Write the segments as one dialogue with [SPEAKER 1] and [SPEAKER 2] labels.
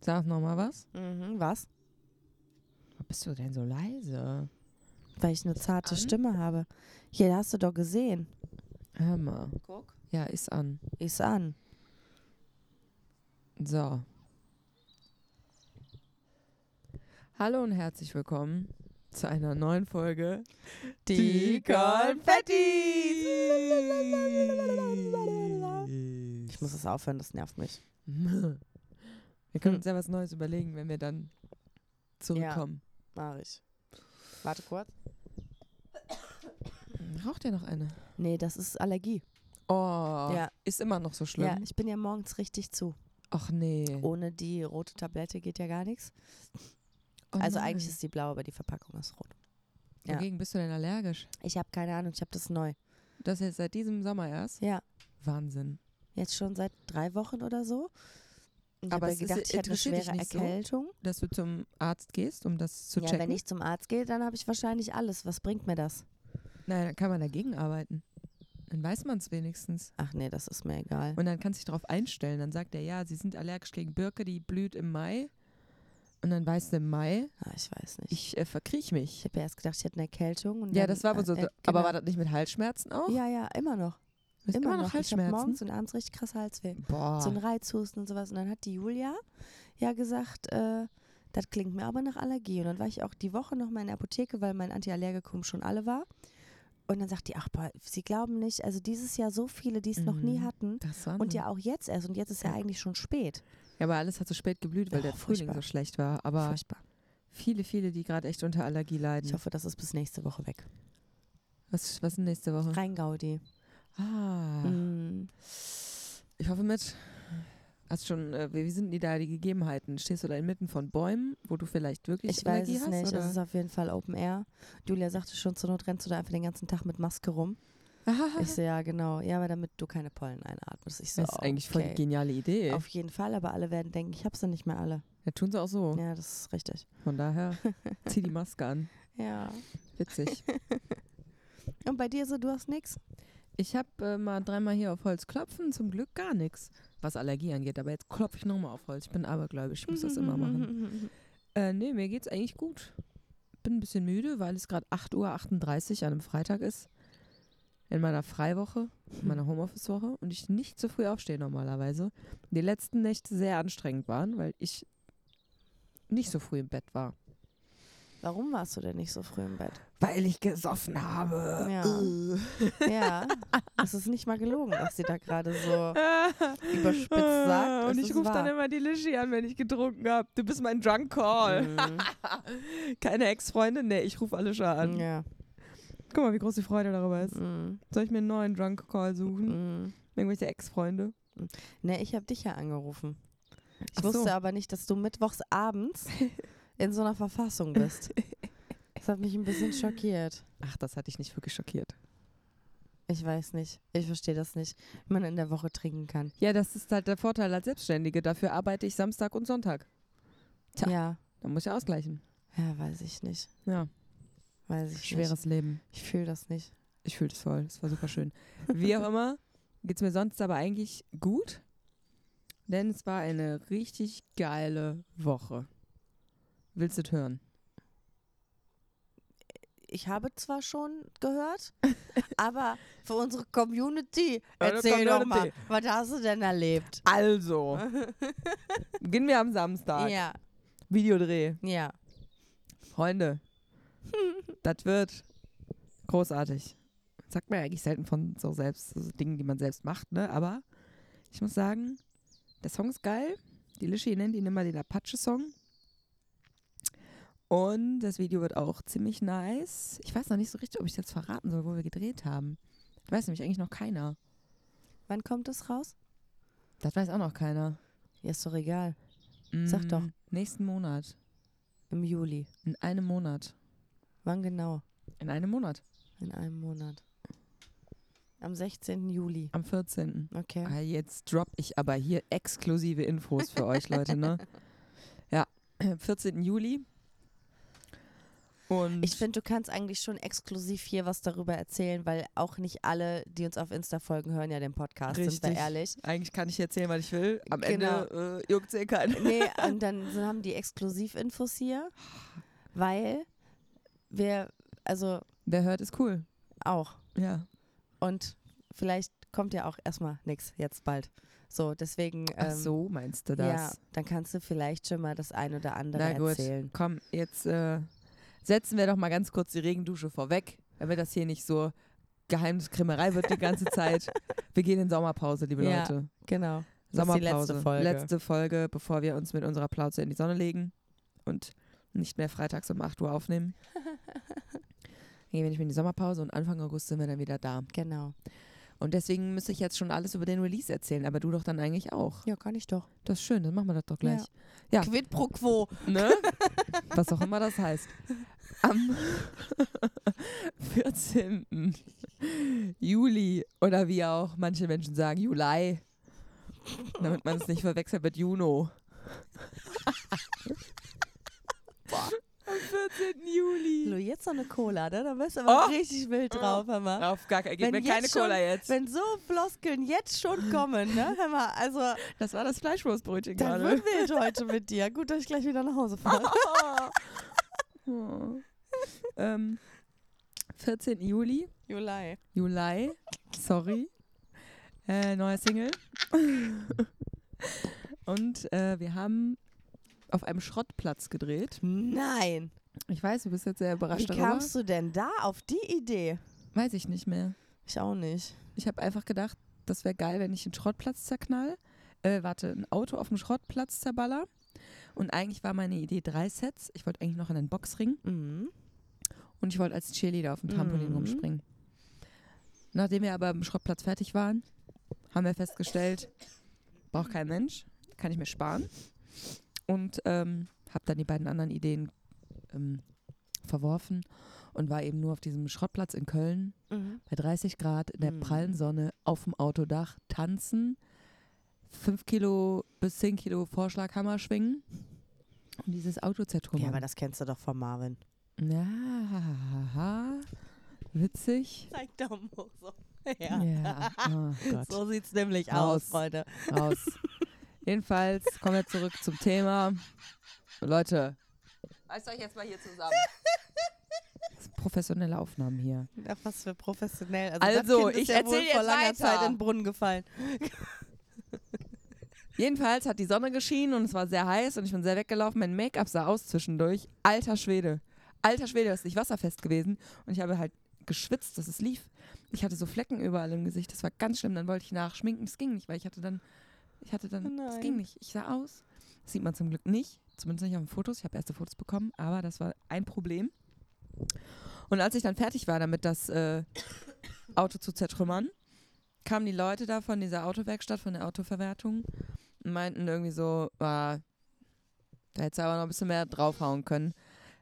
[SPEAKER 1] Sag nochmal was.
[SPEAKER 2] Mhm, was?
[SPEAKER 1] Warum bist du denn so leise?
[SPEAKER 2] Weil ich eine zarte
[SPEAKER 1] an?
[SPEAKER 2] Stimme habe. Hier hast du doch gesehen.
[SPEAKER 1] Hör mal.
[SPEAKER 2] Guck.
[SPEAKER 1] Ja, ist an.
[SPEAKER 2] Ist an.
[SPEAKER 1] So. Hallo und herzlich willkommen zu einer neuen Folge
[SPEAKER 2] Die
[SPEAKER 1] Konfetti.
[SPEAKER 2] Ich muss es aufhören, das nervt mich.
[SPEAKER 1] Wir können uns ja was Neues überlegen, wenn wir dann zurückkommen.
[SPEAKER 2] Mach ich. Warte kurz.
[SPEAKER 1] Raucht ihr noch eine?
[SPEAKER 2] Nee, das ist Allergie.
[SPEAKER 1] Oh,
[SPEAKER 2] Ja.
[SPEAKER 1] ist immer noch so
[SPEAKER 2] Ja, Oh,
[SPEAKER 1] schlimm.
[SPEAKER 2] ich bin ja morgens richtig zu.
[SPEAKER 1] Ach nee.
[SPEAKER 2] Ohne die rote Tablette geht ja gar nichts.
[SPEAKER 1] Oh
[SPEAKER 2] also
[SPEAKER 1] nein.
[SPEAKER 2] eigentlich ist die blau, aber die Verpackung ist rot. ja.
[SPEAKER 1] Wogegen bist du denn allergisch?
[SPEAKER 2] Ich habe keine Ahnung, ich habe das neu.
[SPEAKER 1] Das jetzt seit diesem Sommer erst?
[SPEAKER 2] Ja,
[SPEAKER 1] Wahnsinn.
[SPEAKER 2] jetzt schon seit drei Wochen oder so. Und Ich
[SPEAKER 1] Aber
[SPEAKER 2] habe ja
[SPEAKER 1] es ist-
[SPEAKER 2] gedacht, ich hätte eine
[SPEAKER 1] interessiert dich
[SPEAKER 2] schwere
[SPEAKER 1] nicht so?
[SPEAKER 2] Erkältung.
[SPEAKER 1] Dass du zum Arzt gehst, um das zu
[SPEAKER 2] Ja,
[SPEAKER 1] checken?
[SPEAKER 2] wenn ich zum Arzt gehe, dann habe ich wahrscheinlich alles. Was bringt mir das?
[SPEAKER 1] Nein, dann kann man dagegen arbeiten. Dann weiß man es wenigstens.
[SPEAKER 2] Ach nee, das ist mir egal.
[SPEAKER 1] Und dann kannst du dich darauf einstellen. Dann sagt er, ja, sie sind allergisch gegen Birke, die blüht im Mai. Und dann weißt du im Mai,
[SPEAKER 2] Ah, ich weiß nicht. Ich,
[SPEAKER 1] ich äh, verkriech mich.
[SPEAKER 2] habe ja erst gedacht, ich hätte eine Erkältung. Und
[SPEAKER 1] Ja,
[SPEAKER 2] dann,
[SPEAKER 1] das war aber
[SPEAKER 2] äh,
[SPEAKER 1] so.
[SPEAKER 2] äh,
[SPEAKER 1] Aber
[SPEAKER 2] genau.
[SPEAKER 1] war das nicht mit Halsschmerzen auch?
[SPEAKER 2] Ja, ja, immer noch.
[SPEAKER 1] Du hast
[SPEAKER 2] Immer, noch. Ich habe
[SPEAKER 1] Halsschmerzen.
[SPEAKER 2] morgens und abends richtig krass Halsweh.
[SPEAKER 1] Boah.
[SPEAKER 2] So ein Reizhusten und sowas. Und dann hat die Julia ja gesagt, äh, das klingt mir aber nach Allergie. Und dann war ich auch die Woche noch mal in der Apotheke, weil mein Antiallergikum schon alle war. Und dann sagt die, ach, boah, sie glauben nicht, also dieses Jahr so viele, die es noch nie
[SPEAKER 1] Mhm.
[SPEAKER 2] hatten.
[SPEAKER 1] das war
[SPEAKER 2] Und ja auch jetzt erst. Und jetzt ist ja eigentlich schon spät.
[SPEAKER 1] ja, aber alles hat so spät geblüht, weil
[SPEAKER 2] Oh,
[SPEAKER 1] der Frühling
[SPEAKER 2] furchtbar.
[SPEAKER 1] so schlecht war. Aber
[SPEAKER 2] Furchtbar.
[SPEAKER 1] viele, viele, die gerade echt unter Allergie
[SPEAKER 2] Ich
[SPEAKER 1] leiden.
[SPEAKER 2] hoffe, das ist bis nächste Woche weg.
[SPEAKER 1] Was, was ist denn nächste Woche?
[SPEAKER 2] Rheingaudi.
[SPEAKER 1] Ah,
[SPEAKER 2] Mm.
[SPEAKER 1] ich hoffe mit. Hast schon, äh, wie wie sind die da die Gegebenheiten? Stehst du da inmitten von Bäumen, wo du vielleicht wirklich
[SPEAKER 2] Ich weiß
[SPEAKER 1] Allergie
[SPEAKER 2] es
[SPEAKER 1] hast?
[SPEAKER 2] nicht. also
[SPEAKER 1] Oder?
[SPEAKER 2] Es ist auf jeden Fall Open Air. Julia sagte schon, zur Not rennst du da einfach den ganzen Tag mit Maske rum. Ich so, ja, genau. Ja, aber damit du keine Pollen einatmest. Ich so,
[SPEAKER 1] das ist eigentlich voll die
[SPEAKER 2] okay.
[SPEAKER 1] geniale Idee.
[SPEAKER 2] Auf jeden Fall, aber alle werden denken, ich hab's ja nicht mehr alle.
[SPEAKER 1] ja, tun sie auch so.
[SPEAKER 2] Ja, das ist richtig.
[SPEAKER 1] Von daher, zieh die Maske an.
[SPEAKER 2] Ja.
[SPEAKER 1] Witzig.
[SPEAKER 2] Und bei dir so, du hast nix?
[SPEAKER 1] Ich habe äh, mal dreimal hier auf Holz klopfen, zum Glück gar nichts, was Allergie angeht. Aber jetzt klopfe ich nochmal auf Holz. Ich bin abergläubisch, ich muss das immer machen. Äh, nee, mir geht's eigentlich gut. Bin ein bisschen müde, weil es gerade 8.38 Uhr an einem Freitag ist. In meiner Freiwoche, in meiner Homeoffice-Woche. Und ich nicht so früh aufstehe normalerweise. Die letzten Nächte sehr anstrengend waren, weil ich nicht so früh im Bett war.
[SPEAKER 2] Warum warst du denn nicht so früh im Bett?
[SPEAKER 1] Weil ich gesoffen habe.
[SPEAKER 2] Ja. Ja. Es ist nicht mal gelogen, was sie da gerade so überspitzt sagt.
[SPEAKER 1] Und
[SPEAKER 2] Es
[SPEAKER 1] ich
[SPEAKER 2] ist
[SPEAKER 1] rufe dann
[SPEAKER 2] wahr.
[SPEAKER 1] immer die Lischi an, wenn ich getrunken habe. Du bist mein Drunk Call. Keine Ex-Freundin? Nee, ich rufe Alicia an.
[SPEAKER 2] Mhm. Ja.
[SPEAKER 1] Guck mal, wie groß die Freude darüber ist.
[SPEAKER 2] Mhm.
[SPEAKER 1] Soll ich mir einen neuen Drunk Call suchen?
[SPEAKER 2] Mhm.
[SPEAKER 1] Irgendwelche Ex-Freunde?
[SPEAKER 2] Ne, ich habe dich ja angerufen. Ich
[SPEAKER 1] Ach so.
[SPEAKER 2] wusste aber nicht, dass du mittwochs abends in so einer Verfassung bist. Das hat mich ein bisschen schockiert.
[SPEAKER 1] Ach, das hat dich nicht wirklich schockiert.
[SPEAKER 2] Ich weiß nicht. Ich verstehe das nicht, wie man in der Woche trinken kann.
[SPEAKER 1] Ja, das ist halt der Vorteil als Selbstständige. Dafür arbeite ich Samstag und Sonntag. Tja.
[SPEAKER 2] Ja.
[SPEAKER 1] Da muss ich ausgleichen.
[SPEAKER 2] Ja, weiß ich nicht.
[SPEAKER 1] Ja,
[SPEAKER 2] Weiß ich nicht.
[SPEAKER 1] schweres Leben.
[SPEAKER 2] Ich fühle das nicht.
[SPEAKER 1] Ich fühle es voll. Es war super schön. Wie auch immer, geht es mir sonst aber eigentlich gut. Denn es war eine richtig geile Woche. Willst du es hören?
[SPEAKER 2] Ich habe zwar schon gehört, aber für unsere Community,
[SPEAKER 1] Eure
[SPEAKER 2] erzähl doch mal,
[SPEAKER 1] Community.
[SPEAKER 2] was hast du denn erlebt?
[SPEAKER 1] Also, beginnen wir am Samstag.
[SPEAKER 2] Ja,
[SPEAKER 1] Videodreh.
[SPEAKER 2] ja.
[SPEAKER 1] Freunde, das wird großartig. Sagt man ja eigentlich selten von so selbst, so Dingen, die man selbst macht, ne? Aber ich muss sagen, der Song ist geil. Die Lischi nennt ihn immer den Apache-Song. Und das Video wird auch ziemlich nice. Ich weiß noch nicht so richtig, ob ich jetzt verraten soll, wo wir gedreht haben. Das weiß nämlich eigentlich noch keiner.
[SPEAKER 2] Wann kommt es raus?
[SPEAKER 1] Das weiß auch noch keiner.
[SPEAKER 2] Ja, ist doch egal. Sag doch.
[SPEAKER 1] Mm, Nächsten Monat.
[SPEAKER 2] Im Juli.
[SPEAKER 1] In einem Monat.
[SPEAKER 2] Wann genau?
[SPEAKER 1] In einem Monat.
[SPEAKER 2] In einem Monat. Am 16. Juli.
[SPEAKER 1] Am 14.
[SPEAKER 2] Okay.
[SPEAKER 1] Ah, jetzt drop ich aber hier exklusive Infos für euch, Leute, ne? Ja, 14. Juli. Und
[SPEAKER 2] Ich finde, du kannst eigentlich schon exklusiv hier was darüber erzählen, weil auch nicht alle, die uns auf Insta folgen, hören ja den Podcast, sind wir
[SPEAKER 1] Richtig.
[SPEAKER 2] ehrlich.
[SPEAKER 1] eigentlich kann ich erzählen, was ich will. Am
[SPEAKER 2] Genau.
[SPEAKER 1] Ende äh, juckt eh keinen.
[SPEAKER 2] Nee, und dann so haben die Exklusivinfos hier, weil wir, also
[SPEAKER 1] Wer hört, ist cool.
[SPEAKER 2] auch.
[SPEAKER 1] Ja.
[SPEAKER 2] Und vielleicht kommt ja auch erstmal nichts jetzt bald. So, deswegen. Ähm,
[SPEAKER 1] Ach so, meinst du
[SPEAKER 2] Ja,
[SPEAKER 1] das?
[SPEAKER 2] dann kannst du vielleicht schon mal das ein oder andere
[SPEAKER 1] Na gut.
[SPEAKER 2] erzählen.
[SPEAKER 1] Komm, jetzt äh, setzen wir doch mal ganz kurz die Regendusche vorweg, damit das hier nicht so Geheimniskrimmerei wird die ganze Zeit. Wir gehen in Sommerpause, liebe
[SPEAKER 2] Ja.
[SPEAKER 1] Leute.
[SPEAKER 2] Genau. Das ist die
[SPEAKER 1] Sommerpause.
[SPEAKER 2] letzte Folge.
[SPEAKER 1] Letzte Folge, bevor wir uns mit unserer Plauze in die Sonne legen und nicht mehr freitags um 8 Uhr aufnehmen. Dann gehen wir nicht mehr in die Sommerpause und Anfang August sind wir dann wieder da.
[SPEAKER 2] Genau.
[SPEAKER 1] Und deswegen müsste ich jetzt schon alles über den Release erzählen, aber du doch dann eigentlich auch.
[SPEAKER 2] Ja, kann ich doch.
[SPEAKER 1] Das ist schön, dann machen wir das doch
[SPEAKER 2] Ja.
[SPEAKER 1] gleich. Ja.
[SPEAKER 2] Quid pro quo.
[SPEAKER 1] Ne? Was auch immer das heißt. Am 14. Juli oder wie auch manche Menschen sagen, Juli. Damit man es nicht verwechselt mit Juno. Am 14. Juli.
[SPEAKER 2] Lu, jetzt noch eine Cola, ne? Da bist du aber
[SPEAKER 1] Oh.
[SPEAKER 2] richtig wild drauf, hör mal.
[SPEAKER 1] Auf gar keinen Fall.
[SPEAKER 2] Wenn
[SPEAKER 1] keine
[SPEAKER 2] jetzt schon-
[SPEAKER 1] Cola jetzt.
[SPEAKER 2] Wenn so Floskeln jetzt schon kommen, ne? Hör mal, also
[SPEAKER 1] Das war das Fleischwurstbrötchen
[SPEAKER 2] dann
[SPEAKER 1] gerade.
[SPEAKER 2] wird wild heute mit dir. Gut, dass ich gleich wieder nach Hause fahre.
[SPEAKER 1] Oh. ähm, 14. Juli.
[SPEAKER 2] Juli.
[SPEAKER 1] Juli, sorry. Äh, neue Single. Und äh, wir haben auf einem Schrottplatz gedreht.
[SPEAKER 2] Nein.
[SPEAKER 1] Ich weiß, du bist jetzt sehr
[SPEAKER 2] Wie
[SPEAKER 1] überrascht darüber.
[SPEAKER 2] kamst du denn da auf die Idee?
[SPEAKER 1] Weiß ich nicht mehr.
[SPEAKER 2] Ich auch nicht.
[SPEAKER 1] Ich habe einfach gedacht, das wäre geil, wenn ich einen Schrottplatz zerknall. Äh, warte, ein Auto auf dem Schrottplatz zerballer. Und eigentlich war meine Idee drei Sets. Ich wollte eigentlich noch in einen Boxring
[SPEAKER 2] Mhm.
[SPEAKER 1] und ich wollte als Cheerleader auf dem Trampolin
[SPEAKER 2] Mhm.
[SPEAKER 1] rumspringen. Nachdem wir aber am Schrottplatz fertig waren, haben wir festgestellt, braucht kein Mensch, kann ich mir sparen. Und ähm, habe dann die beiden anderen Ideen ähm, verworfen und war eben nur auf diesem Schrottplatz in Köln
[SPEAKER 2] Mhm.
[SPEAKER 1] bei 30 Grad in der
[SPEAKER 2] Mhm.
[SPEAKER 1] prallen Sonne auf dem Autodach tanzen, 5 Kilo bis 10 Kilo Vorschlaghammer schwingen und dieses Auto
[SPEAKER 2] Ja,
[SPEAKER 1] zertrümmern.
[SPEAKER 2] aber das kennst du doch von Marvin.
[SPEAKER 1] Ja, hahaha. witzig.
[SPEAKER 2] Zeig Daumen hoch so.
[SPEAKER 1] Ja, oh Gott.
[SPEAKER 2] So sieht's nämlich
[SPEAKER 1] Raus.
[SPEAKER 2] aus, Freunde.
[SPEAKER 1] Raus. Jedenfalls kommen wir zurück zum Thema. Leute. Reißt euch jetzt mal hier zusammen. Das sind professionelle Aufnahmen hier.
[SPEAKER 2] Ach, was für professionell. Also,
[SPEAKER 1] Also,
[SPEAKER 2] das kind
[SPEAKER 1] ich
[SPEAKER 2] ist ja wohl
[SPEAKER 1] erzähl
[SPEAKER 2] vor
[SPEAKER 1] jetzt
[SPEAKER 2] langer
[SPEAKER 1] weiter.
[SPEAKER 2] Zeit in den Brunnen gefallen.
[SPEAKER 1] Jedenfalls hat die Sonne geschienen und es war sehr heiß und ich bin sehr weggelaufen. Mein Make-up sah aus zwischendurch. Alter Schwede. Alter Schwede, das ist nicht wasserfest gewesen. Und ich habe halt geschwitzt, dass es lief. Ich hatte so Flecken überall im Gesicht. Das war ganz schlimm. Dann wollte ich nachschminken. Es ging nicht, weil ich hatte dann, ich hatte dann,
[SPEAKER 2] Oh
[SPEAKER 1] es
[SPEAKER 2] nein.
[SPEAKER 1] ging nicht. Ich sah aus. Das sieht man zum Glück nicht. Zumindest nicht auf den Fotos. Ich habe erste Fotos bekommen, aber das war ein Problem. Und als ich dann fertig war, damit das äh, Auto zu zertrümmern, kamen die Leute da von dieser Autowerkstatt, von der Autoverwertung und meinten irgendwie so, ah, da hättest du aber noch ein bisschen mehr draufhauen können.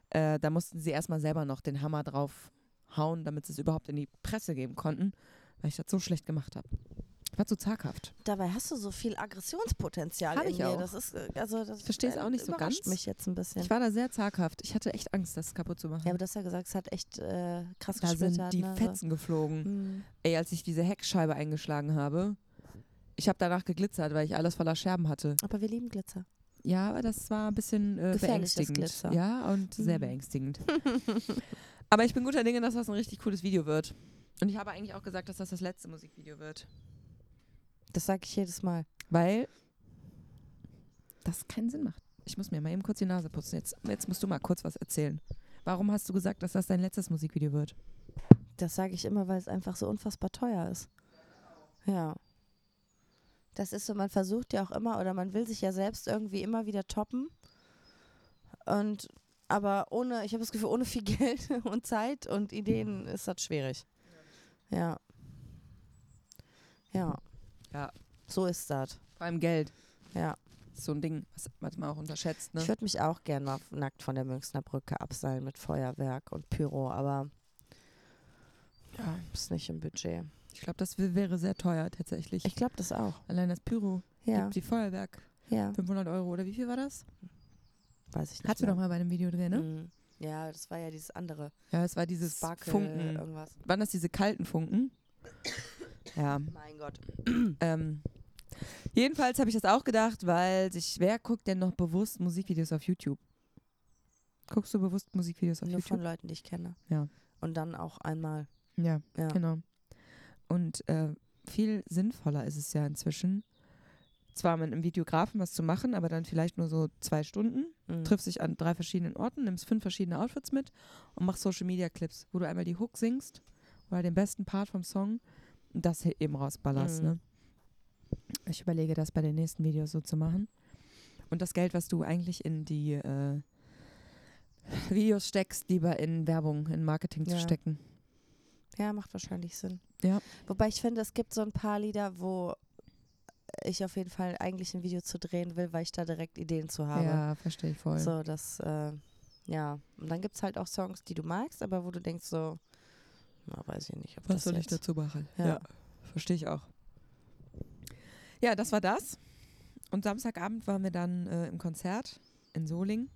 [SPEAKER 1] Äh, da mussten sie erstmal selber noch den Hammer draufhauen, damit sie es überhaupt in die Presse geben konnten, weil ich das so schlecht gemacht habe. Ich war zu zaghaft.
[SPEAKER 2] Dabei hast du so viel Aggressionspotenzial
[SPEAKER 1] Hab
[SPEAKER 2] in
[SPEAKER 1] ich
[SPEAKER 2] mir.
[SPEAKER 1] auch.
[SPEAKER 2] Das ist, äh, also, das
[SPEAKER 1] Ich versteh's auch nicht so
[SPEAKER 2] überrascht
[SPEAKER 1] ganz.
[SPEAKER 2] mich jetzt ein bisschen.
[SPEAKER 1] Ich war da sehr zaghaft. Ich hatte echt Angst, das kaputt zu machen.
[SPEAKER 2] ja, aber du hast ja gesagt, es hat echt äh, krass
[SPEAKER 1] da sind
[SPEAKER 2] gesplittert.
[SPEAKER 1] die
[SPEAKER 2] ne? So.
[SPEAKER 1] Fetzen geflogen.
[SPEAKER 2] Mhm.
[SPEAKER 1] Ey, als ich diese Heckscheibe eingeschlagen habe, ich habe danach geglitzert, weil ich alles voller Scherben hatte.
[SPEAKER 2] Aber wir lieben Glitzer.
[SPEAKER 1] Ja, aber das war ein bisschen äh,
[SPEAKER 2] Gefährliches
[SPEAKER 1] beängstigend.
[SPEAKER 2] Glitzer.
[SPEAKER 1] Ja, und sehr
[SPEAKER 2] Mhm.
[SPEAKER 1] beängstigend. aber ich bin guter Dinge, dass das ein richtig cooles Video wird. Und ich habe eigentlich auch gesagt, dass das das letzte Musikvideo wird.
[SPEAKER 2] Das sage ich jedes Mal.
[SPEAKER 1] Weil das keinen Sinn macht. Ich muss mir mal eben kurz die Nase putzen. Jetzt, jetzt musst du mal kurz was erzählen. Warum hast du gesagt, dass das dein letztes Musikvideo wird?
[SPEAKER 2] Das sage ich immer, weil es einfach so unfassbar teuer ist. Ja. Das ist so, man versucht ja auch immer oder man will sich ja selbst irgendwie immer wieder toppen. Und aber ohne, ich habe das Gefühl, ohne viel Geld und Zeit und Ideen ist das schwierig. Ja. Ja.
[SPEAKER 1] Ja.
[SPEAKER 2] So ist das.
[SPEAKER 1] Vor allem Geld.
[SPEAKER 2] Ja.
[SPEAKER 1] Ist so ein Ding, was was man auch unterschätzt. Ne?
[SPEAKER 2] Ich würde mich auch gern mal nackt von der Münchner Brücke abseilen mit Feuerwerk und Pyro, aber
[SPEAKER 1] Ja.
[SPEAKER 2] ist nicht im Budget.
[SPEAKER 1] Ich glaube, das wär- wäre sehr teuer tatsächlich.
[SPEAKER 2] Ich glaube das auch.
[SPEAKER 1] Allein das Pyro,
[SPEAKER 2] Ja.
[SPEAKER 1] gibt die Feuerwerk,
[SPEAKER 2] Ja.
[SPEAKER 1] 500 Euro oder wie viel war das?
[SPEAKER 2] Weiß ich nicht.
[SPEAKER 1] Hattest du
[SPEAKER 2] mehr.
[SPEAKER 1] doch mal bei einem Video drin, ne?
[SPEAKER 2] Mhm. Ja, das war ja dieses andere.
[SPEAKER 1] Ja, es war dieses
[SPEAKER 2] Sparkle,
[SPEAKER 1] Funken.
[SPEAKER 2] irgendwas.
[SPEAKER 1] Waren das diese kalten Funken? Ja.
[SPEAKER 2] Mein Gott.
[SPEAKER 1] Ähm, jedenfalls habe ich das auch gedacht, weil sich, wer guckt denn noch bewusst Musikvideos auf YouTube? Guckst du bewusst Musikvideos auf
[SPEAKER 2] Nur von
[SPEAKER 1] YouTube?
[SPEAKER 2] Leuten, die ich kenne.
[SPEAKER 1] Ja.
[SPEAKER 2] Und dann auch einmal.
[SPEAKER 1] Ja.
[SPEAKER 2] Ja.
[SPEAKER 1] Genau. Und äh, viel sinnvoller ist es ja inzwischen, zwar mit einem Videografen was zu machen, aber dann vielleicht nur so zwei Stunden,
[SPEAKER 2] Mhm.
[SPEAKER 1] triffst dich an drei verschiedenen Orten, nimmst fünf verschiedene Outfits mit und machst Social Media Clips, wo du einmal die Hook singst oder den besten Part vom Song und das hier eben rausballerst.
[SPEAKER 2] Mhm.
[SPEAKER 1] Ne? Ich überlege, das bei den nächsten Videos so zu machen. Und das Geld, was du eigentlich in die äh, Videos steckst, lieber in Werbung, in Marketing
[SPEAKER 2] Ja.
[SPEAKER 1] zu stecken.
[SPEAKER 2] Ja, macht wahrscheinlich Sinn.
[SPEAKER 1] Ja.
[SPEAKER 2] Wobei ich finde, es gibt so ein paar Lieder, wo ich auf jeden Fall eigentlich ein Video zu drehen will, weil ich da direkt Ideen zu habe.
[SPEAKER 1] Ja, verstehe ich voll.
[SPEAKER 2] So, das, äh, ja. Und dann gibt es halt auch Songs, die du magst, aber wo du denkst so, na, weiß ich nicht, ob
[SPEAKER 1] Was
[SPEAKER 2] das
[SPEAKER 1] soll ich
[SPEAKER 2] jetzt.
[SPEAKER 1] dazu machen?
[SPEAKER 2] Ja.
[SPEAKER 1] verstehe ich auch. Ja, das war das. Und Samstagabend waren wir dann äh, im Konzert in Soling.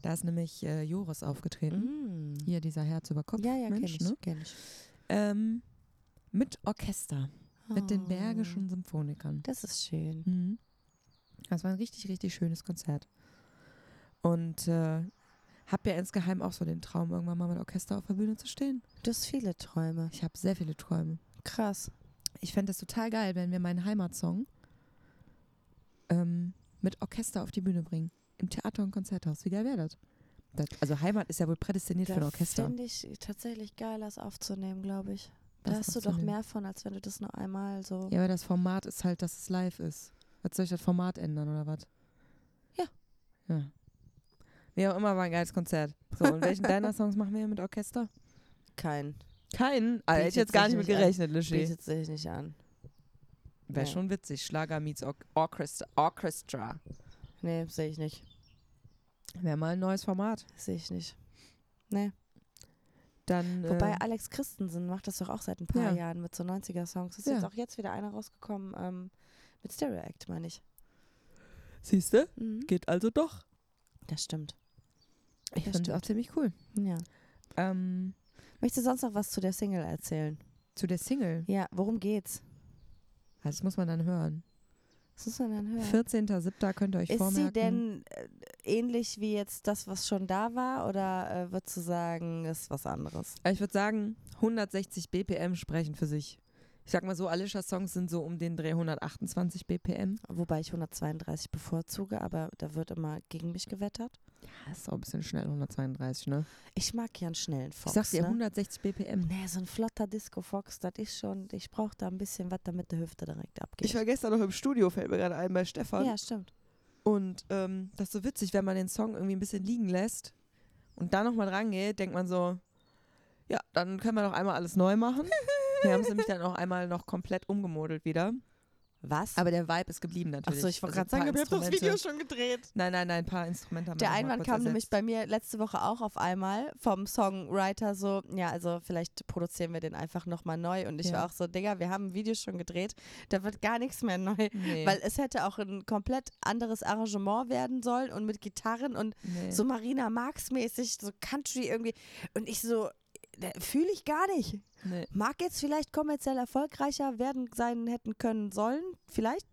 [SPEAKER 1] Da ist nämlich äh, Joris aufgetreten.
[SPEAKER 2] Mm.
[SPEAKER 1] Hier dieser Herz über Kopf.
[SPEAKER 2] Ja, ja, kenne
[SPEAKER 1] Mensch,
[SPEAKER 2] ich,
[SPEAKER 1] ne?
[SPEAKER 2] kenn ich.
[SPEAKER 1] ähm, Mit Orchester, mit den
[SPEAKER 2] Oh,
[SPEAKER 1] Bergischen Symphonikern.
[SPEAKER 2] Das ist schön.
[SPEAKER 1] Mhm. Das war ein richtig, richtig schönes Konzert. Und äh, habe ja insgeheim auch so den Traum, irgendwann mal mit Orchester auf der Bühne zu stehen.
[SPEAKER 2] Du hast viele Träume.
[SPEAKER 1] Ich habe sehr viele Träume.
[SPEAKER 2] Krass.
[SPEAKER 1] Ich fände es total geil, wenn wir meinen Heimatsong ähm, mit Orchester auf die Bühne bringen. Im Theater und Konzerthaus. Wie geil wäre das? das? Also Heimat ist ja wohl prädestiniert für ein
[SPEAKER 2] Da
[SPEAKER 1] Orchester.
[SPEAKER 2] finde ich tatsächlich geil, das aufzunehmen, glaube ich. Da
[SPEAKER 1] das
[SPEAKER 2] hast du doch
[SPEAKER 1] aufzunehmen.
[SPEAKER 2] mehr von, als wenn du das nur einmal so.
[SPEAKER 1] Ja, aber das Format ist halt, dass es live ist. Was soll ich das Format ändern oder was?
[SPEAKER 2] Ja.
[SPEAKER 1] Ja. Wie auch immer, war ein geiles Konzert. So, und welchen deiner Songs machen wir mit Orchester?
[SPEAKER 2] Kein.
[SPEAKER 1] Keinen. Ah, hätte ich
[SPEAKER 2] Bietet
[SPEAKER 1] jetzt gar nicht
[SPEAKER 2] sich
[SPEAKER 1] mit
[SPEAKER 2] nicht an.
[SPEAKER 1] gerechnet, Lischi.
[SPEAKER 2] Bietet sich nicht an.
[SPEAKER 1] Wäre
[SPEAKER 2] Ja.
[SPEAKER 1] schon witzig. Schlager meets Or Orchestra. Orchestra.
[SPEAKER 2] Nee, sehe ich nicht.
[SPEAKER 1] Wäre mal ein neues Format.
[SPEAKER 2] Sehe ich nicht.
[SPEAKER 1] Dann,
[SPEAKER 2] Wobei
[SPEAKER 1] äh,
[SPEAKER 2] Alex Christensen macht das doch auch seit ein
[SPEAKER 1] Ja.
[SPEAKER 2] paar Jahren mit so 90er-Songs. Ist
[SPEAKER 1] Ja.
[SPEAKER 2] jetzt auch jetzt wieder einer rausgekommen ähm, mit Stereo Act, meine ich.
[SPEAKER 1] siehst du,
[SPEAKER 2] Mhm.
[SPEAKER 1] geht also doch.
[SPEAKER 2] Das stimmt.
[SPEAKER 1] Ich
[SPEAKER 2] Das
[SPEAKER 1] finde es auch ziemlich cool.
[SPEAKER 2] Ja.
[SPEAKER 1] Ähm,
[SPEAKER 2] Möchtest du sonst noch was zu der Single erzählen?
[SPEAKER 1] zu der Single,
[SPEAKER 2] Ja, worum geht's?
[SPEAKER 1] also das muss man dann hören.
[SPEAKER 2] Was muss man dann hören?
[SPEAKER 1] 14.07. könnt ihr euch
[SPEAKER 2] Ist
[SPEAKER 1] vormerken.
[SPEAKER 2] sie denn äh, ähnlich wie jetzt das, was schon da war? Oder äh, würdest du sagen, ist was anderes?
[SPEAKER 1] Äh, Ich würde sagen, 160 BPM sprechen für sich. Ich sag mal so, Alishas Songs sind so um den Dreh 128 BPM.
[SPEAKER 2] Wobei ich 132 bevorzuge, aber da wird immer gegen mich gewettert.
[SPEAKER 1] Ja, ist auch ein bisschen schnell, 132, ne?
[SPEAKER 2] Ich mag ja einen schnellen Fox.
[SPEAKER 1] ich sag dir,
[SPEAKER 2] ne?
[SPEAKER 1] 160 BPM.
[SPEAKER 2] Nee, so ein flotter Disco-Fox, das ist schon, ich brauche da ein bisschen was, damit die Hüfte direkt abgeht.
[SPEAKER 1] Ich war gestern noch im Studio, fällt mir gerade ein, bei Stefan.
[SPEAKER 2] ja, stimmt.
[SPEAKER 1] Und ähm, das ist so witzig, wenn man den Song irgendwie ein bisschen liegen lässt und da nochmal dran geht, denkt man so, ja, dann können wir doch einmal alles neu machen. Wir haben es nämlich dann auch einmal noch komplett umgemodelt wieder.
[SPEAKER 2] Was?
[SPEAKER 1] Aber der Vibe ist geblieben natürlich.
[SPEAKER 2] Achso, ich wollte
[SPEAKER 1] Also
[SPEAKER 2] gerade sagen,
[SPEAKER 1] ein paar
[SPEAKER 2] wir haben doch das
[SPEAKER 1] Instrumente-
[SPEAKER 2] Video schon gedreht.
[SPEAKER 1] Nein, nein, nein, ein paar Instrumente haben wir
[SPEAKER 2] Der
[SPEAKER 1] noch mal
[SPEAKER 2] Einwand
[SPEAKER 1] kurz
[SPEAKER 2] kam
[SPEAKER 1] ersetzt.
[SPEAKER 2] nämlich bei mir letzte Woche auch auf einmal vom Songwriter so, ja, also vielleicht produzieren wir den einfach nochmal neu. Und ich
[SPEAKER 1] Ja.
[SPEAKER 2] war auch so, Digga, wir haben ein Video schon gedreht, da wird gar nichts mehr neu.
[SPEAKER 1] Nee,
[SPEAKER 2] Weil es hätte auch ein komplett anderes Arrangement werden sollen und mit Gitarren und
[SPEAKER 1] nee.
[SPEAKER 2] so Marina Marx-mäßig, so Country irgendwie. Und ich so, fühle ich gar nicht.
[SPEAKER 1] nee.
[SPEAKER 2] Mag jetzt vielleicht kommerziell erfolgreicher werden sein hätten können sollen. Vielleicht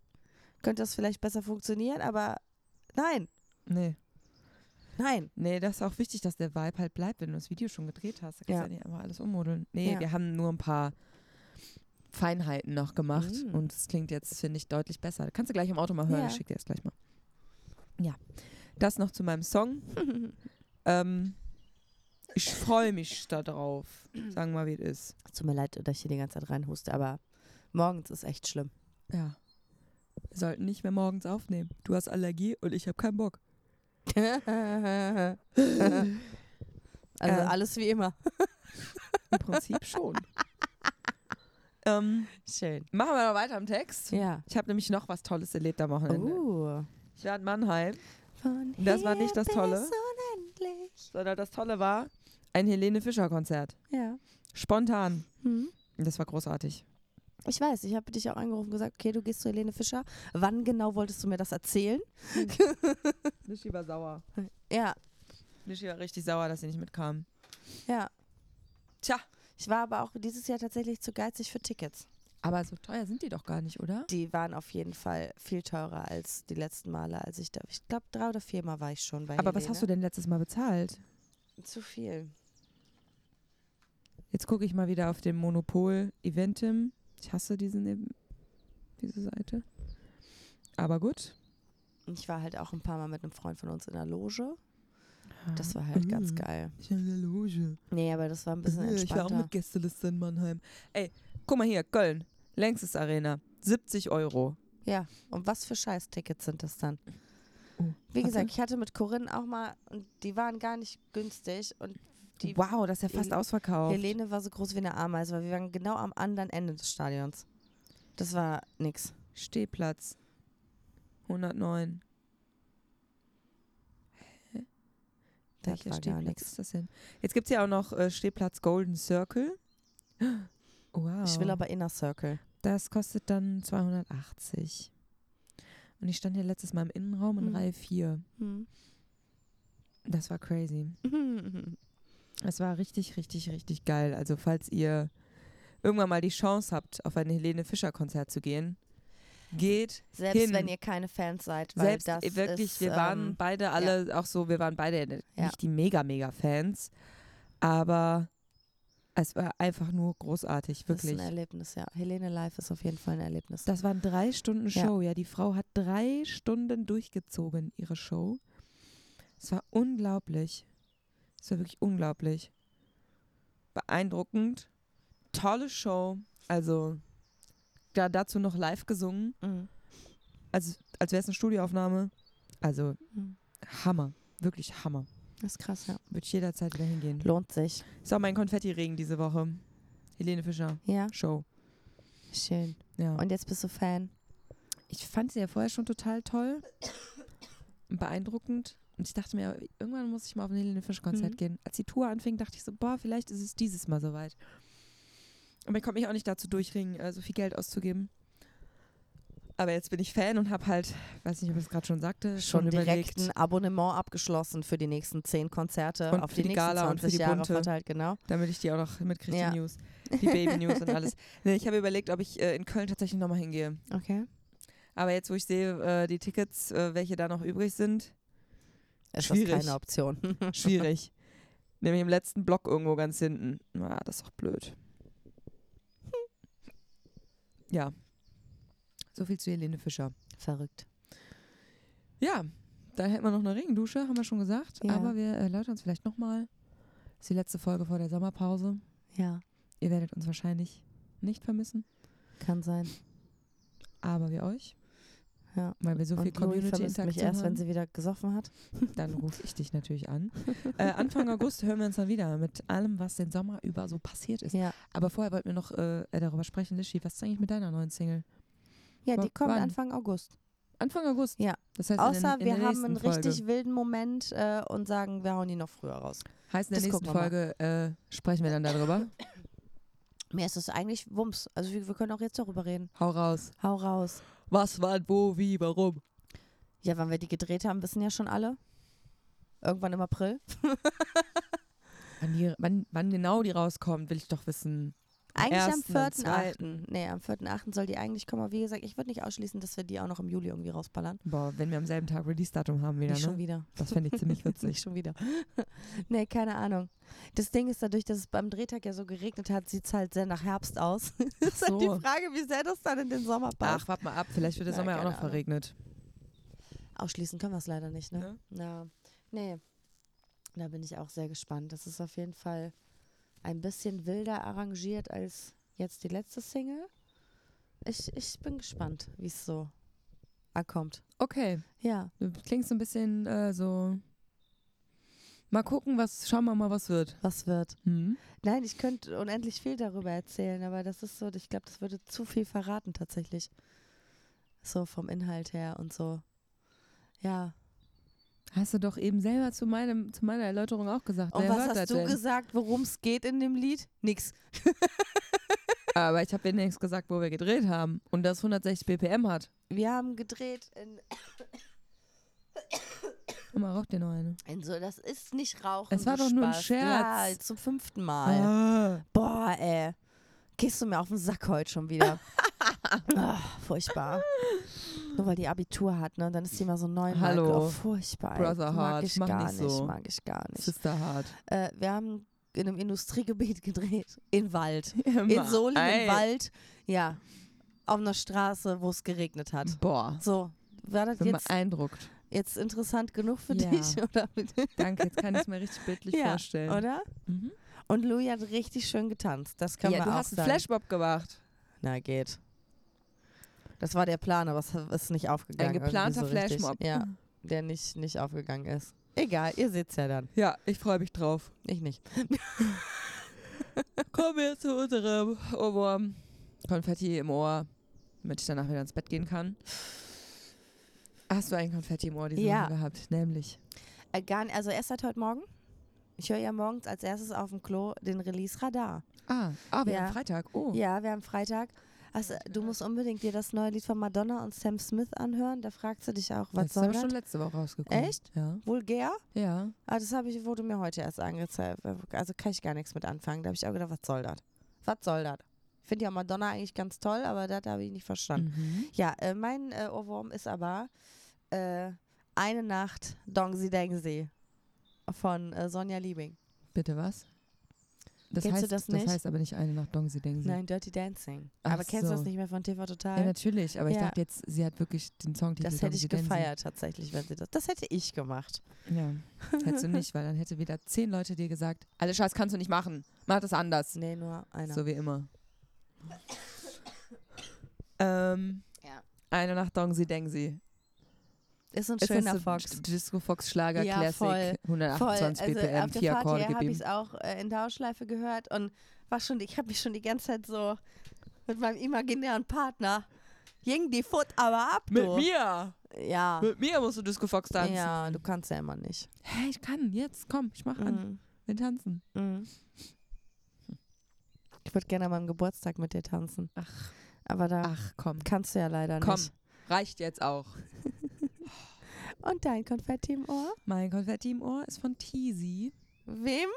[SPEAKER 2] könnte das vielleicht besser funktionieren, aber nein,
[SPEAKER 1] nee.
[SPEAKER 2] nein.
[SPEAKER 1] Nee, das ist auch wichtig, dass der Vibe halt bleibt, wenn du das Video schon gedreht hast. Da kannst
[SPEAKER 2] Ja.
[SPEAKER 1] du ja nicht einfach alles ummodeln. Nee,
[SPEAKER 2] Ja.
[SPEAKER 1] wir haben nur ein paar Feinheiten noch gemacht
[SPEAKER 2] Mm.
[SPEAKER 1] und es klingt jetzt, finde ich, deutlich besser. Kannst du gleich im Auto mal hören,
[SPEAKER 2] Ja.
[SPEAKER 1] ich schicke dir das gleich mal. Ja, das noch zu meinem Song. ähm, ich freue mich da drauf. Sagen wir mal, wie es ist.
[SPEAKER 2] Tut mir leid, dass ich hier die ganze Zeit reinhuste, aber morgens ist echt schlimm.
[SPEAKER 1] Ja. Wir sollten nicht mehr morgens aufnehmen. Du hast Allergie und ich habe keinen Bock.
[SPEAKER 2] also
[SPEAKER 1] Ähm.
[SPEAKER 2] alles wie immer.
[SPEAKER 1] Im Prinzip schon. ähm,
[SPEAKER 2] Schön.
[SPEAKER 1] machen wir noch weiter am Text.
[SPEAKER 2] Ja.
[SPEAKER 1] Ich habe nämlich noch was Tolles erlebt am Wochenende.
[SPEAKER 2] Uh.
[SPEAKER 1] Ich war in Mannheim,
[SPEAKER 2] Von
[SPEAKER 1] Das war
[SPEAKER 2] hier
[SPEAKER 1] nicht das
[SPEAKER 2] bis
[SPEAKER 1] Tolle.
[SPEAKER 2] Unendlich.
[SPEAKER 1] sondern das Tolle war ein Helene Fischer-Konzert.
[SPEAKER 2] Ja.
[SPEAKER 1] Spontan.
[SPEAKER 2] Hm.
[SPEAKER 1] Das war großartig.
[SPEAKER 2] Ich weiß, ich habe dich auch angerufen und gesagt, okay, du gehst zu Helene Fischer. Wann genau wolltest du mir das erzählen?
[SPEAKER 1] Nicht über sauer.
[SPEAKER 2] Ja.
[SPEAKER 1] Nischi war richtig sauer, dass sie nicht mitkam.
[SPEAKER 2] Ja.
[SPEAKER 1] Tja.
[SPEAKER 2] Ich war aber auch dieses Jahr tatsächlich zu geizig für Tickets.
[SPEAKER 1] Aber so teuer sind die doch gar nicht, oder?
[SPEAKER 2] Die waren auf jeden Fall viel teurer als die letzten Male, als ich da. Ich glaube, drei oder viermal war ich schon bei
[SPEAKER 1] Aber was hast du denn letztes Mal bezahlt?
[SPEAKER 2] denn? Zu viel.
[SPEAKER 1] Jetzt gucke ich mal wieder auf dem Monopol Eventim. Ich hasse diesen, diese Seite. Aber gut.
[SPEAKER 2] Ich war halt auch ein paar Mal mit einem Freund von uns in der Loge. Das war halt ganz geil.
[SPEAKER 1] Ich in der Loge.
[SPEAKER 2] Nee, aber das war ein bisschen
[SPEAKER 1] Mhm. Äh, ich war auch
[SPEAKER 2] entspannter.
[SPEAKER 1] mit Gästeliste in Mannheim. Ey, guck mal hier, Köln. Längstes Arena. 70 Euro.
[SPEAKER 2] Ja, und was für Scheiß-Tickets sind das dann?
[SPEAKER 1] Oh,
[SPEAKER 2] Wie
[SPEAKER 1] warte.
[SPEAKER 2] gesagt, ich hatte mit Corinne auch mal, und die waren gar nicht günstig. Und die
[SPEAKER 1] wow, das ist ja fast
[SPEAKER 2] Hel-
[SPEAKER 1] ausverkauft.
[SPEAKER 2] Helene war so groß wie eine Ameise, weil wir waren genau am anderen Ende des Stadions. Das war nix.
[SPEAKER 1] Stehplatz. 109. Hä?
[SPEAKER 2] Das
[SPEAKER 1] Welcher
[SPEAKER 2] war gar
[SPEAKER 1] Stehplatz
[SPEAKER 2] nix.
[SPEAKER 1] ist das denn? Jetzt gibt es ja auch noch äh, Stehplatz Golden Circle. Wow.
[SPEAKER 2] Ich will aber Inner Circle.
[SPEAKER 1] Das kostet dann 280. Und ich stand ja letztes Mal im Innenraum in
[SPEAKER 2] Mhm.
[SPEAKER 1] Reihe 4. Das war crazy. Es war richtig, richtig, richtig geil. Also falls ihr irgendwann mal die Chance habt, auf ein Helene Fischer Konzert zu gehen,
[SPEAKER 2] Mhm.
[SPEAKER 1] geht
[SPEAKER 2] Selbst
[SPEAKER 1] Hin.
[SPEAKER 2] wenn ihr keine Fans seid, weil
[SPEAKER 1] selbst äh,
[SPEAKER 2] das
[SPEAKER 1] wirklich,
[SPEAKER 2] ist,
[SPEAKER 1] wir waren
[SPEAKER 2] ähm,
[SPEAKER 1] beide alle auch so, wir waren beide nicht
[SPEAKER 2] Ja.
[SPEAKER 1] die mega, mega Fans, aber es war einfach nur großartig,
[SPEAKER 2] das ist
[SPEAKER 1] wirklich.
[SPEAKER 2] ein Erlebnis, ja. Helene Live ist auf jeden Fall ein Erlebnis.
[SPEAKER 1] Das waren drei Stunden
[SPEAKER 2] Ja.
[SPEAKER 1] Show, ja. Die Frau hat drei Stunden durchgezogen, ihre Show. Es war unglaublich. Es war wirklich unglaublich. Beeindruckend. Tolle Show. Also, da, dazu noch live gesungen,
[SPEAKER 2] Mhm.
[SPEAKER 1] also, als wäre es eine Studioaufnahme. Also,
[SPEAKER 2] Mhm.
[SPEAKER 1] Hammer. Wirklich Hammer.
[SPEAKER 2] Das ist krass, ja.
[SPEAKER 1] Würde ich jederzeit wieder hingehen.
[SPEAKER 2] Lohnt sich.
[SPEAKER 1] Ist auch mein Konfettiregen diese Woche. Helene Fischer,
[SPEAKER 2] Ja,
[SPEAKER 1] Show.
[SPEAKER 2] schön.
[SPEAKER 1] Ja.
[SPEAKER 2] Und jetzt bist du Fan.
[SPEAKER 1] ich fand sie ja vorher schon total toll und beeindruckend. Und ich dachte mir, irgendwann muss ich mal auf ein Helene Fischer-Konzert
[SPEAKER 2] Mhm.
[SPEAKER 1] gehen. Als die Tour anfing, dachte ich so, boah, vielleicht ist es dieses Mal soweit. Aber ich konnte mich auch nicht dazu durchringen, äh, so viel Geld auszugeben. Aber jetzt bin ich Fan und habe halt, weiß nicht, ob ich es gerade schon sagte, schon,
[SPEAKER 2] Schon direkt
[SPEAKER 1] überlegt.
[SPEAKER 2] ein Abonnement abgeschlossen für die nächsten zehn Konzerte
[SPEAKER 1] Und
[SPEAKER 2] auf
[SPEAKER 1] für
[SPEAKER 2] die,
[SPEAKER 1] die
[SPEAKER 2] nächsten
[SPEAKER 1] Gala und für
[SPEAKER 2] 20
[SPEAKER 1] die
[SPEAKER 2] Jahre
[SPEAKER 1] Bunte.
[SPEAKER 2] verteilt, genau.
[SPEAKER 1] Damit ich die auch noch mitkriege,
[SPEAKER 2] Ja.
[SPEAKER 1] die News, die Baby-News und alles. Nee, ich habe überlegt, ob ich äh, in Köln tatsächlich nochmal hingehe.
[SPEAKER 2] Okay.
[SPEAKER 1] Aber jetzt, wo ich sehe, äh, die Tickets, äh, welche da noch übrig sind,
[SPEAKER 2] Es
[SPEAKER 1] Schwierig.
[SPEAKER 2] ist keine Option.
[SPEAKER 1] schwierig. Nämlich im letzten Block irgendwo ganz hinten. Na, das ist doch blöd. Ja. So viel zu Helene Fischer.
[SPEAKER 2] Verrückt.
[SPEAKER 1] Ja, dann hätten wir noch eine Regendusche, haben wir schon gesagt.
[SPEAKER 2] Ja.
[SPEAKER 1] Aber wir erläutern es vielleicht nochmal. Das ist die letzte Folge vor der Sommerpause.
[SPEAKER 2] Ja,
[SPEAKER 1] Ihr werdet uns wahrscheinlich nicht vermissen,
[SPEAKER 2] kann sein.
[SPEAKER 1] aber wir euch.
[SPEAKER 2] Ja.
[SPEAKER 1] Weil wir so viel
[SPEAKER 2] und Louis vermisst mich
[SPEAKER 1] Community-Interaktion
[SPEAKER 2] erst, wenn
[SPEAKER 1] haben.
[SPEAKER 2] sie wieder gesoffen hat.
[SPEAKER 1] Dann rufe ich dich natürlich an. äh, Anfang August hören wir uns dann wieder mit allem, was den Sommer über so passiert ist.
[SPEAKER 2] Ja,
[SPEAKER 1] Aber vorher wollten wir noch äh, darüber sprechen, Lischi, was ist eigentlich mit deiner neuen Single?
[SPEAKER 2] ja
[SPEAKER 1] W-
[SPEAKER 2] die kommt
[SPEAKER 1] wann?
[SPEAKER 2] Anfang August.
[SPEAKER 1] Anfang August.
[SPEAKER 2] Ja.
[SPEAKER 1] Das heißt,
[SPEAKER 2] Außer
[SPEAKER 1] in den, in
[SPEAKER 2] wir
[SPEAKER 1] der
[SPEAKER 2] haben einen
[SPEAKER 1] nächsten Folge.
[SPEAKER 2] richtig wilden Moment äh, und sagen, wir hauen die noch früher raus.
[SPEAKER 1] Heißt, in der
[SPEAKER 2] das
[SPEAKER 1] nächsten
[SPEAKER 2] gucken wir
[SPEAKER 1] Folge äh, sprechen wir dann darüber.
[SPEAKER 2] Mir ist es eigentlich Wumms. Also wir, wir können auch jetzt darüber reden.
[SPEAKER 1] Hau raus.
[SPEAKER 2] Hau raus.
[SPEAKER 1] Was, wann, wo, wie, warum?
[SPEAKER 2] Ja, wann wir die gedreht haben, wissen ja schon alle. Irgendwann im April.
[SPEAKER 1] Wann, die, wann, wann genau die rauskommt, will ich doch wissen.
[SPEAKER 2] Eigentlich am
[SPEAKER 1] ersten, am zweiten.
[SPEAKER 2] 4.8. Nee, am 4.8. soll die eigentlich kommen. Aber wie gesagt, ich würde nicht ausschließen, dass wir die auch noch im Juli irgendwie rausballern.
[SPEAKER 1] Boah, wenn wir am selben Tag Release-Datum haben wieder,
[SPEAKER 2] nicht schon
[SPEAKER 1] ne?
[SPEAKER 2] wieder.
[SPEAKER 1] Das fände ich ziemlich
[SPEAKER 2] Nicht
[SPEAKER 1] witzig.
[SPEAKER 2] schon wieder. nee, keine Ahnung. Das Ding ist dadurch, dass es beim Drehtag ja so geregnet hat, sieht es halt sehr nach Herbst aus. ist halt die
[SPEAKER 1] so.
[SPEAKER 2] Frage, wie sehr das dann in den Sommer passt.
[SPEAKER 1] Ach, warte mal ab, vielleicht wird der
[SPEAKER 2] Na,
[SPEAKER 1] Sommer ja auch
[SPEAKER 2] keine
[SPEAKER 1] noch
[SPEAKER 2] Ahnung.
[SPEAKER 1] verregnet.
[SPEAKER 2] Ausschließen können wir es leider nicht, ne?
[SPEAKER 1] Ne?
[SPEAKER 2] Na, nee. Da bin ich auch sehr gespannt. Das ist auf jeden Fall ein bisschen wilder arrangiert als jetzt die letzte Single. Ich, ich bin gespannt, wie es so ankommt.
[SPEAKER 1] Okay,
[SPEAKER 2] Ja,
[SPEAKER 1] du klingst so ein bisschen äh, so. Mal gucken, was, schauen wir mal, was wird.
[SPEAKER 2] was wird.
[SPEAKER 1] Hm?
[SPEAKER 2] Nein, ich könnte unendlich viel darüber erzählen, aber das ist so, ich glaube, das würde zu viel verraten tatsächlich. So vom Inhalt her und so. Ja.
[SPEAKER 1] Hast du doch eben selber zu, meinem, zu meiner Erläuterung auch gesagt.
[SPEAKER 2] Und
[SPEAKER 1] Wer
[SPEAKER 2] Oh, was
[SPEAKER 1] hört das
[SPEAKER 2] hast du
[SPEAKER 1] denn?
[SPEAKER 2] gesagt, worum es geht in dem Lied? Nix.
[SPEAKER 1] Aber ich habe wenigstens gesagt, wo wir gedreht haben und das 160 BPM hat.
[SPEAKER 2] Wir haben gedreht in
[SPEAKER 1] Oh Mama, raucht dir noch eine?
[SPEAKER 2] Also, das ist nicht Rauchen.
[SPEAKER 1] Es war
[SPEAKER 2] du
[SPEAKER 1] doch nur ein
[SPEAKER 2] Spaß.
[SPEAKER 1] Scherz.
[SPEAKER 2] Ja, zum fünften Mal.
[SPEAKER 1] Ah.
[SPEAKER 2] Boah, ey. Gehst du mir auf den Sack heute schon wieder. Ach, furchtbar. Nur weil die Abitur hat, ne? Dann ist die immer so neun
[SPEAKER 1] Hallo.
[SPEAKER 2] Oh, furchtbar. ey.
[SPEAKER 1] Brother
[SPEAKER 2] mag
[SPEAKER 1] Heart,
[SPEAKER 2] ich
[SPEAKER 1] mach
[SPEAKER 2] gar
[SPEAKER 1] nicht
[SPEAKER 2] nicht,
[SPEAKER 1] so.
[SPEAKER 2] mag ich gar nicht.
[SPEAKER 1] Sister Hard.
[SPEAKER 2] Äh, wir haben in einem Industriegebiet gedreht. In Wald.
[SPEAKER 1] Emma,
[SPEAKER 2] In Solingen
[SPEAKER 1] ey.
[SPEAKER 2] im Wald. Ja. Auf einer Straße, wo es geregnet
[SPEAKER 1] Hm.
[SPEAKER 2] hat.
[SPEAKER 1] Boah,
[SPEAKER 2] So, war das
[SPEAKER 1] bin
[SPEAKER 2] jetzt,
[SPEAKER 1] beeindruckt.
[SPEAKER 2] jetzt interessant genug für
[SPEAKER 1] Ja.
[SPEAKER 2] dich? Oder?
[SPEAKER 1] Danke, jetzt kann ich es mir richtig bildlich
[SPEAKER 2] Ja,
[SPEAKER 1] vorstellen.
[SPEAKER 2] oder?
[SPEAKER 1] Mhm.
[SPEAKER 2] Und Louis hat richtig schön getanzt. Das kann
[SPEAKER 1] Ja,
[SPEAKER 2] man
[SPEAKER 1] du
[SPEAKER 2] auch
[SPEAKER 1] hast einen
[SPEAKER 2] sagen.
[SPEAKER 1] Flashmob gemacht.
[SPEAKER 2] Na, geht. Das war der Plan, aber es hat- ist nicht aufgegangen.
[SPEAKER 1] Ein geplanter
[SPEAKER 2] irgendwie also so richtig.
[SPEAKER 1] Flashmob.
[SPEAKER 2] Ja, der nicht, nicht aufgegangen ist. Egal, ihr seht's ja dann.
[SPEAKER 1] Ja, ich freue mich drauf.
[SPEAKER 2] Ich nicht.
[SPEAKER 1] Kommen wir zu unserem Ohrwurm. Konfetti im Ohr, damit ich danach wieder ins Bett gehen kann. Hast du ein Konfetti im Ohr diese
[SPEAKER 2] Ja.
[SPEAKER 1] Woche gehabt? Nämlich.
[SPEAKER 2] Äh, gar nicht. Also erst seit heute Morgen. Ich höre ja morgens als erstes auf dem Klo den Release Radar.
[SPEAKER 1] Ah, ah wir
[SPEAKER 2] Ja.
[SPEAKER 1] haben Freitag. Oh.
[SPEAKER 2] Ja, wir haben Freitag. Also, du musst unbedingt dir das neue Lied von Madonna und Sam Smith anhören. Da fragst du dich auch,
[SPEAKER 1] das
[SPEAKER 2] was
[SPEAKER 1] ist
[SPEAKER 2] soll
[SPEAKER 1] aber
[SPEAKER 2] das?
[SPEAKER 1] schon letzte Woche rausgekommen.
[SPEAKER 2] Echt?
[SPEAKER 1] Ja.
[SPEAKER 2] Vulgär?
[SPEAKER 1] Ja.
[SPEAKER 2] Ah, das habe ich, wurde mir heute erst angezeigt. Also kann ich gar nichts mit anfangen. Da habe ich auch gedacht, was soll das? Was soll das? Ich finde ja Madonna eigentlich ganz toll, aber das habe ich nicht verstanden.
[SPEAKER 1] Mhm.
[SPEAKER 2] Ja, äh, mein äh, Ohrwurm ist aber äh, Eine Nacht Dongsi Dengsi von äh, Sonja Liebing.
[SPEAKER 1] Bitte was? Das
[SPEAKER 2] Kennst du
[SPEAKER 1] heißt,
[SPEAKER 2] das nicht?
[SPEAKER 1] heißt aber nicht eine nach Dongsi denken.
[SPEAKER 2] Nein, Dirty Dancing.
[SPEAKER 1] Mhm. Ach
[SPEAKER 2] aber kennst
[SPEAKER 1] so.
[SPEAKER 2] du das nicht mehr von TV
[SPEAKER 1] Ja,
[SPEAKER 2] Total?
[SPEAKER 1] natürlich, aber ich
[SPEAKER 2] Ja.
[SPEAKER 1] dachte jetzt, sie hat wirklich den Song, die
[SPEAKER 2] das hätte ich gefeiert tatsächlich, wenn sie das. Das hätte ich gemacht.
[SPEAKER 1] Ja, hättest du nicht, weil dann hätte wieder zehn Leute dir gesagt, alle Scheiß kannst du nicht machen, mach das anders.
[SPEAKER 2] Nee, nur einer.
[SPEAKER 1] So wie immer. ähm,
[SPEAKER 2] Ja.
[SPEAKER 1] Eine Nacht Dongsi Dengsi.
[SPEAKER 2] Ist ein
[SPEAKER 1] Ist das
[SPEAKER 2] schöner
[SPEAKER 1] so
[SPEAKER 2] Fox.
[SPEAKER 1] D- Disco Fox Schlager
[SPEAKER 2] Ja,
[SPEAKER 1] Classic,
[SPEAKER 2] voll,
[SPEAKER 1] 128
[SPEAKER 2] Voll,
[SPEAKER 1] BPM,
[SPEAKER 2] also auf
[SPEAKER 1] 4
[SPEAKER 2] der Party
[SPEAKER 1] Akkorde
[SPEAKER 2] habe ich es
[SPEAKER 1] gegeben.
[SPEAKER 2] auch äh, in der Ausschleife gehört und war schon, ich habe mich schon die ganze Zeit so mit meinem imaginären Partner ging die Foot aber ab. du.
[SPEAKER 1] mir!
[SPEAKER 2] Ja.
[SPEAKER 1] Mit mir musst du Disco Fox
[SPEAKER 2] Ja, du kannst ja immer nicht.
[SPEAKER 1] Hä, ich kann, jetzt, komm, ich mach an.
[SPEAKER 2] Mhm.
[SPEAKER 1] Wir tanzen.
[SPEAKER 2] Mhm. Ich würde gerne an meinem Geburtstag mit dir tanzen. Ach. Aber da
[SPEAKER 1] Ach, komm.
[SPEAKER 2] kannst du ja leider
[SPEAKER 1] Komm,
[SPEAKER 2] nicht.
[SPEAKER 1] reicht jetzt auch.
[SPEAKER 2] Und dein Konfetti im Ohr?
[SPEAKER 1] Mein Konfetti im Ohr ist von Teasy.
[SPEAKER 2] Wem?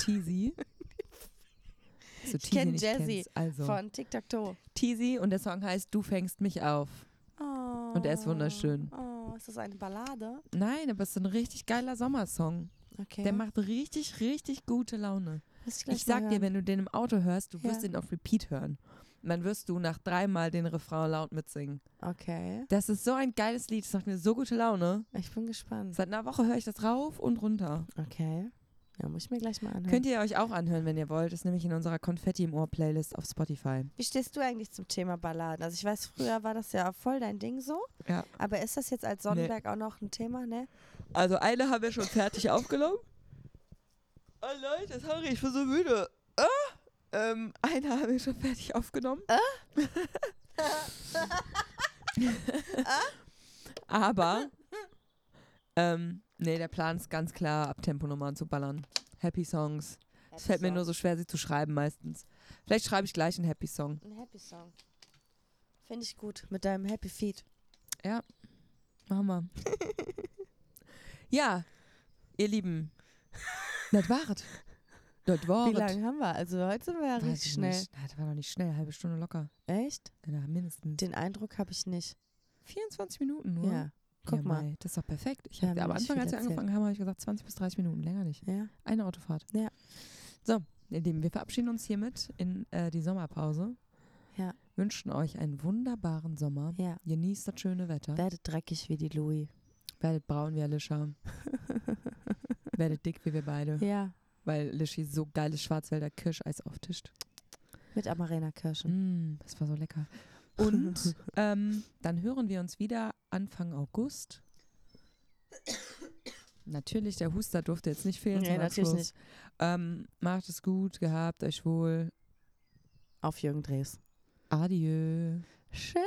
[SPEAKER 1] Teasy. So
[SPEAKER 2] Ich kenn Jazzy
[SPEAKER 1] Also.
[SPEAKER 2] Von TikTok.
[SPEAKER 1] Teasy und der Song heißt Du fängst mich auf.
[SPEAKER 2] Oh.
[SPEAKER 1] Und er ist wunderschön.
[SPEAKER 2] Oh, ist das eine Ballade?
[SPEAKER 1] Nein, aber es ist ein richtig geiler Sommersong.
[SPEAKER 2] Okay.
[SPEAKER 1] Der macht richtig, richtig gute Laune.
[SPEAKER 2] Muss gleich
[SPEAKER 1] Ich
[SPEAKER 2] mal
[SPEAKER 1] sag dir,
[SPEAKER 2] hören.
[SPEAKER 1] wenn du den im Auto hörst, du wirst
[SPEAKER 2] Ja.
[SPEAKER 1] ihn auf Repeat hören. Und dann wirst du nach dreimal den Refrain laut mitsingen.
[SPEAKER 2] Okay.
[SPEAKER 1] Das ist so ein geiles Lied, das macht mir so gute Laune.
[SPEAKER 2] Ich bin gespannt.
[SPEAKER 1] Seit einer Woche höre ich das rauf und runter.
[SPEAKER 2] Okay. Ja, muss ich mir gleich mal anhören.
[SPEAKER 1] Könnt ihr euch auch anhören, wenn ihr wollt. Ist nämlich in unserer Konfetti im Ohr Playlist auf Spotify.
[SPEAKER 2] Wie stehst du eigentlich zum Thema Balladen? Also ich weiß, früher war das ja voll dein Ding so.
[SPEAKER 1] Ja.
[SPEAKER 2] Aber ist das jetzt als Sonnenberg auch noch ein Thema, ne?
[SPEAKER 1] Also eine haben wir schon fertig aufgenommen. Oh Leute, sorry, ich bin so müde. Ah, ähm, eine haben wir schon fertig aufgenommen. Äh? Aber, ähm, nee, der Plan ist ganz klar, Abtemponummern zu ballern. Happy Songs. Es fällt mir nur so schwer, sie zu schreiben meistens. Vielleicht schreibe ich gleich einen Happy Song.
[SPEAKER 2] Ein Happy Song. Finde ich gut. Mit deinem Happy Feet.
[SPEAKER 1] Machen wir. ja, ihr Lieben. Das war's. Das war's.
[SPEAKER 2] Oh, Wie lange haben wir? Also heute sind wir ja
[SPEAKER 1] Weiß
[SPEAKER 2] richtig
[SPEAKER 1] ich
[SPEAKER 2] schnell.
[SPEAKER 1] Nicht. Nein, das war noch nicht schnell, halbe Stunde locker.
[SPEAKER 2] Echt?
[SPEAKER 1] Ja, mindestens.
[SPEAKER 2] Den Eindruck habe ich nicht.
[SPEAKER 1] 24 Minuten nur.
[SPEAKER 2] Ja. Guck
[SPEAKER 1] ja,
[SPEAKER 2] mal.
[SPEAKER 1] Mei, das ist doch perfekt. Ich
[SPEAKER 2] Ja,
[SPEAKER 1] hab,
[SPEAKER 2] wir haben
[SPEAKER 1] am
[SPEAKER 2] nicht
[SPEAKER 1] Anfang,
[SPEAKER 2] viel
[SPEAKER 1] als wir
[SPEAKER 2] erzählt.
[SPEAKER 1] angefangen haben, habe ich gesagt 20 bis 30 Minuten, länger nicht.
[SPEAKER 2] Ja.
[SPEAKER 1] Eine Autofahrt.
[SPEAKER 2] Ja.
[SPEAKER 1] So, ihr Lieben, wir verabschieden uns hiermit in äh, die Sommerpause.
[SPEAKER 2] Ja.
[SPEAKER 1] Wünschen euch einen wunderbaren Sommer.
[SPEAKER 2] Ja.
[SPEAKER 1] Genießt das schöne Wetter.
[SPEAKER 2] Werdet dreckig wie die Louis.
[SPEAKER 1] Werdet braun wie Alicia. Werdet dick wie wir beide.
[SPEAKER 2] Ja.
[SPEAKER 1] Weil Lischi so geiles Schwarzwälder Kirscheis auftischt.
[SPEAKER 2] Mit Amarena Kirschen.
[SPEAKER 1] Mm, das war so lecker. Und ähm, dann hören wir uns wieder Anfang August. Natürlich, der Huster durfte jetzt nicht fehlen. zum Abschluss. Ähm, macht es gut, gehabt euch wohl.
[SPEAKER 2] Auf Jürgen Drees.
[SPEAKER 1] Adieu.
[SPEAKER 2] Schön.